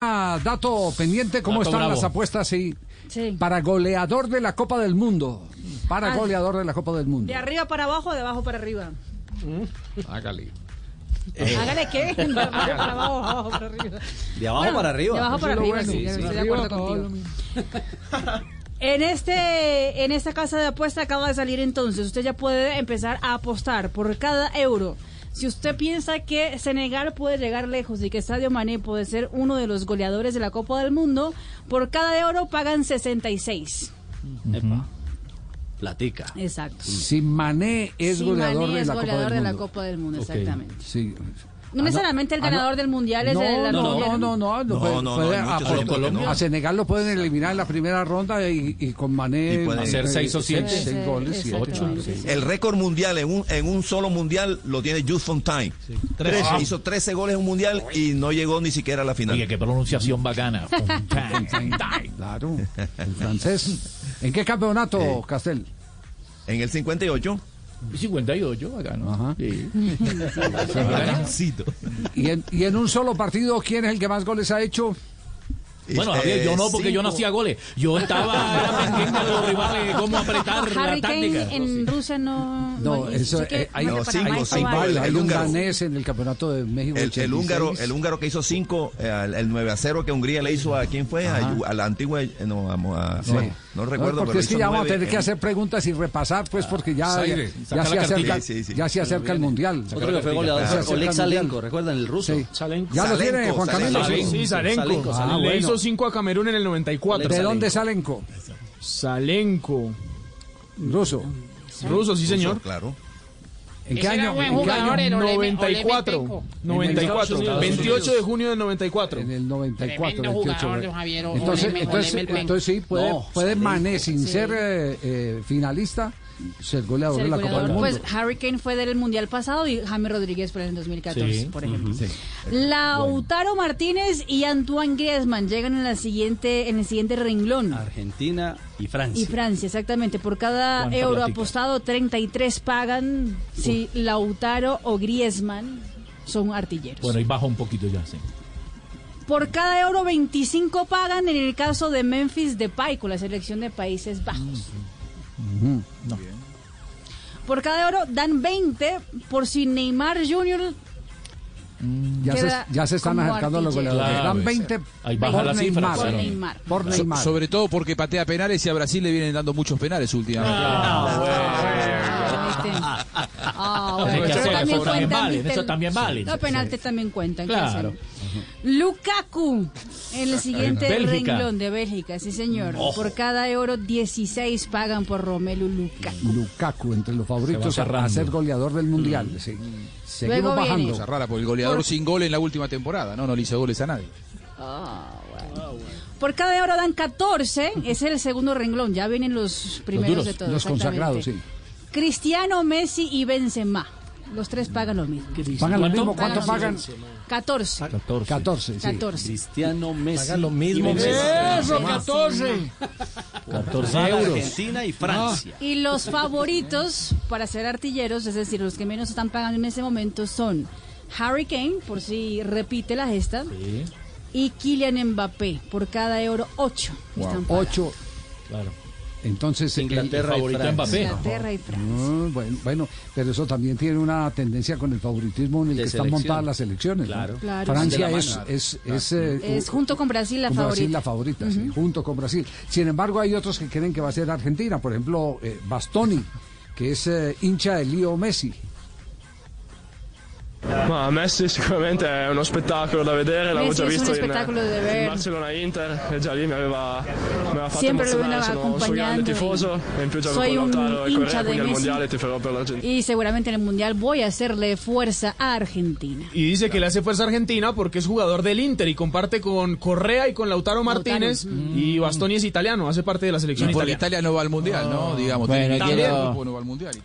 Oiga, Ah, dato pendiente, ¿cómo Dato están bravo. las apuestas? Sí. Sí. Para goleador de la Copa del Mundo. Para Ah. goleador de la Copa del Mundo. De arriba para abajo, de abajo para arriba. Ah, Hágale. Eh. Hágale qué. De arriba para abajo, abajo para arriba. De abajo Bueno, para arriba. De abajo para Eso es lo bueno. arriba, sí, Sí, estoy sí. de acuerdo Arriba, contigo. todo En, este, en esta casa de apuesta acaba de salir entonces. Usted ya puede empezar a apostar por cada euro. Si usted piensa que Senegal puede llegar lejos y que Sadio Mané puede ser uno de los goleadores de la Copa del Mundo, por cada euro pagan 66. Epa. Platica. Exacto. Si Mané es Sí, goleador, Mané de, es la goleador Copa de del la Mundo. Copa del Mundo, Ok. exactamente. Sí. No necesariamente el Ah, no. ganador del mundial es no, el de la no, Colombia. no, no, no, no, No, puede- no, puede- no, hay a, muchos equipos que no. a Senegal lo pueden eliminar en la primera ronda y, y con Mané Y pueden hacer seis o siete. seis Puede ser, goles, siete. exactamente. Ocho, sí. El récord mundial en un, en un solo mundial lo tiene Jude Fontaine. Trece. Hizo 13 goles en un mundial y no llegó ni siquiera a la final. Oye, qué pronunciación bacana. Claro, el francés. ¿En qué campeonato, Castel? En el 58, 58, bacano. Ajá. Sí. ¿Y en, y en un solo partido, ¿quién es el que más goles ha hecho? Bueno, eh, Javier, yo no, porque yo no Este, cinco. hacía goles. Yo estaba era pendiente de los rivales, cómo apretar Harry la Kane táctica. Oh, en Rusia no. No, eso, sé que- eh, hay- no, que No, para cinco, Mike cinco, Pavard- el- Hay, el un húngaro. danés en el campeonato de México. el, el 86. húngaro, el húngaro que hizo 5, el, 9 a 0 que Hungría le hizo a quién fue, a, Yu- a la antigua, eh, no, a- a- Sí. bueno, Ah, no recuerdo. porque pero es que hizo ya vamos a nueve tener que en- Ah. hacer preguntas y repasar, pues, porque ya, ya, Zaire, saca se la acerca, cartilla. Sí, sí, sí. ya se acerca el mundial. Otro que fue goleador Ah, fue cerca Oleg del Salenko, Mundial. ¿recuerdan el ruso? Sí. Ya lo tiene Salenco, Juan Camilo. Salenco. Sí, Zarenko. Salenko, Ah, Salenko. Le bueno. hizo 5 a Camerún en el 94. ¿De Salenco. dónde Salenco? Salenko. Ruso. Ruso, sí, señor. Claro. ¿En qué año? ¿En qué año? eh. jugador, el Ole- 94. Estados 94. Unidos. 28 de junio del 94. En el 94, Tremendo 28. jugador, ¿verdad? don Javier, Ole- entonces, Ole- entonces, Ole- Ole- entonces sí, puede, No, puede Salenco. Mané, sin Sí. ser eh, eh, finalista, ser ser goleador de la Copa goleador. del Mundo. Pues Harry Kane fue del mundial pasado y Jaime Rodríguez fue en el 2014, Sí, por ejemplo. Lautaro Martínez y Antoine Griezmann llegan en la siguiente en el siguiente renglón. Ah, Argentina y Y Francia. Francia, exactamente. Por cada Cuánta euro plática. apostado, 33 pagan si Lautaro o Griezmann son artilleros. Bueno, y baja un poquito ya, sí. Por cada euro, 25 pagan en el caso de Memphis Depay con la selección de Países Bajos. Por cada euro dan 20 por si Neymar Jr. ya, se, queda ya se están como acercando los artillero. goleadores. Claro, Dan sí. 20 Ahí baja por la cifra, Neymar. pues, por claro. Neymar. Por Neymar. Sobre todo porque patea penales y a Brasil le vienen dando muchos penales últimamente. Ah, Ah, ¿viste? Ah, Eso hay bueno, que pero hacer, también eso también cuentan, vale, ¿viste? eso también vale. Los penaltes también cuentan. ¿qué Claro. hacen? Lukaku, en el siguiente Bélgica. Oh. renglón de Bélgica, sí señor. Por cada euro 16 pagan por Romelu Lukaku. Lukaku, entre los favoritos Se va a cerrando. Mm. ser goleador del Mundial. sí. Seguimos Luego viene- bajando. Cosa rara, porque el goleador sin gol en la última temporada, ¿no? No le hizo goles a nadie. Por cada euro dan 14, ese es el segundo renglón, ya vienen los primeros duros, pues, de todos. los exactamente. consagrados, sí. Cristiano, Messi y Benzema. Los tres pagan lo mismo. ¿Pagan lo ¿Cuánto? mismo? ¿Cuánto Pagan pagan? lo mismo. 14. 14. 14. sí. 14. Cristiano Messi. Hagan lo mismo. y Messi. Eso, 14. 14 euros. Argentina y Francia. Y los favoritos para ser artilleros, es decir, los que menos están pagando en ese momento son Harry Kane, por si repite la gesta, Sí, y Kylian Mbappé, por cada euro 8. Están pagando. 8. claro. Entonces, el- Inglaterra y Favorito Francia. Mbappé. Inglaterra y Francia. Ah, bueno, bueno, pero eso también tiene una tendencia con el favoritismo en el De que están selección. montadas las elecciones. ¿no? Claro. Claro. Francia De la es, mano. es, es, eh, Es junto con Brasil la con Brasil favorita. la favorita, sí, junto con Brasil. Sin embargo, hay otros que creen que va a ser Argentina, por ejemplo, eh, Bastoni, que es eh, hincha de Leo Messi. Ma Messi sicuramente è uno spettacolo da vedere, l'avevo Messi già es un visto in espectáculo de ver. Barcellona Inter e già lì mi aveva, mi aveva fatto Siempre lo veniva emozionare, sono un suo accompagnando, grande tifoso e in più gioco soy con un Lautaro e hincha de Correa, quindi al Messi. mondiale tiferò per l'Argentina. Y seguramente en el Mundial voy a hacerle fuerza a Argentina. Y dice que le hace fuerza a Argentina porque es jugador del Inter y comparte con Correa y con Lautaro Martínez. Mm. Y Bastoni es italiano, hace parte de la Y selección porque italiana. Italia no va al mundial, ¿no? Digamos, Bueno, tiene que quiero- el grupo no va al mundial.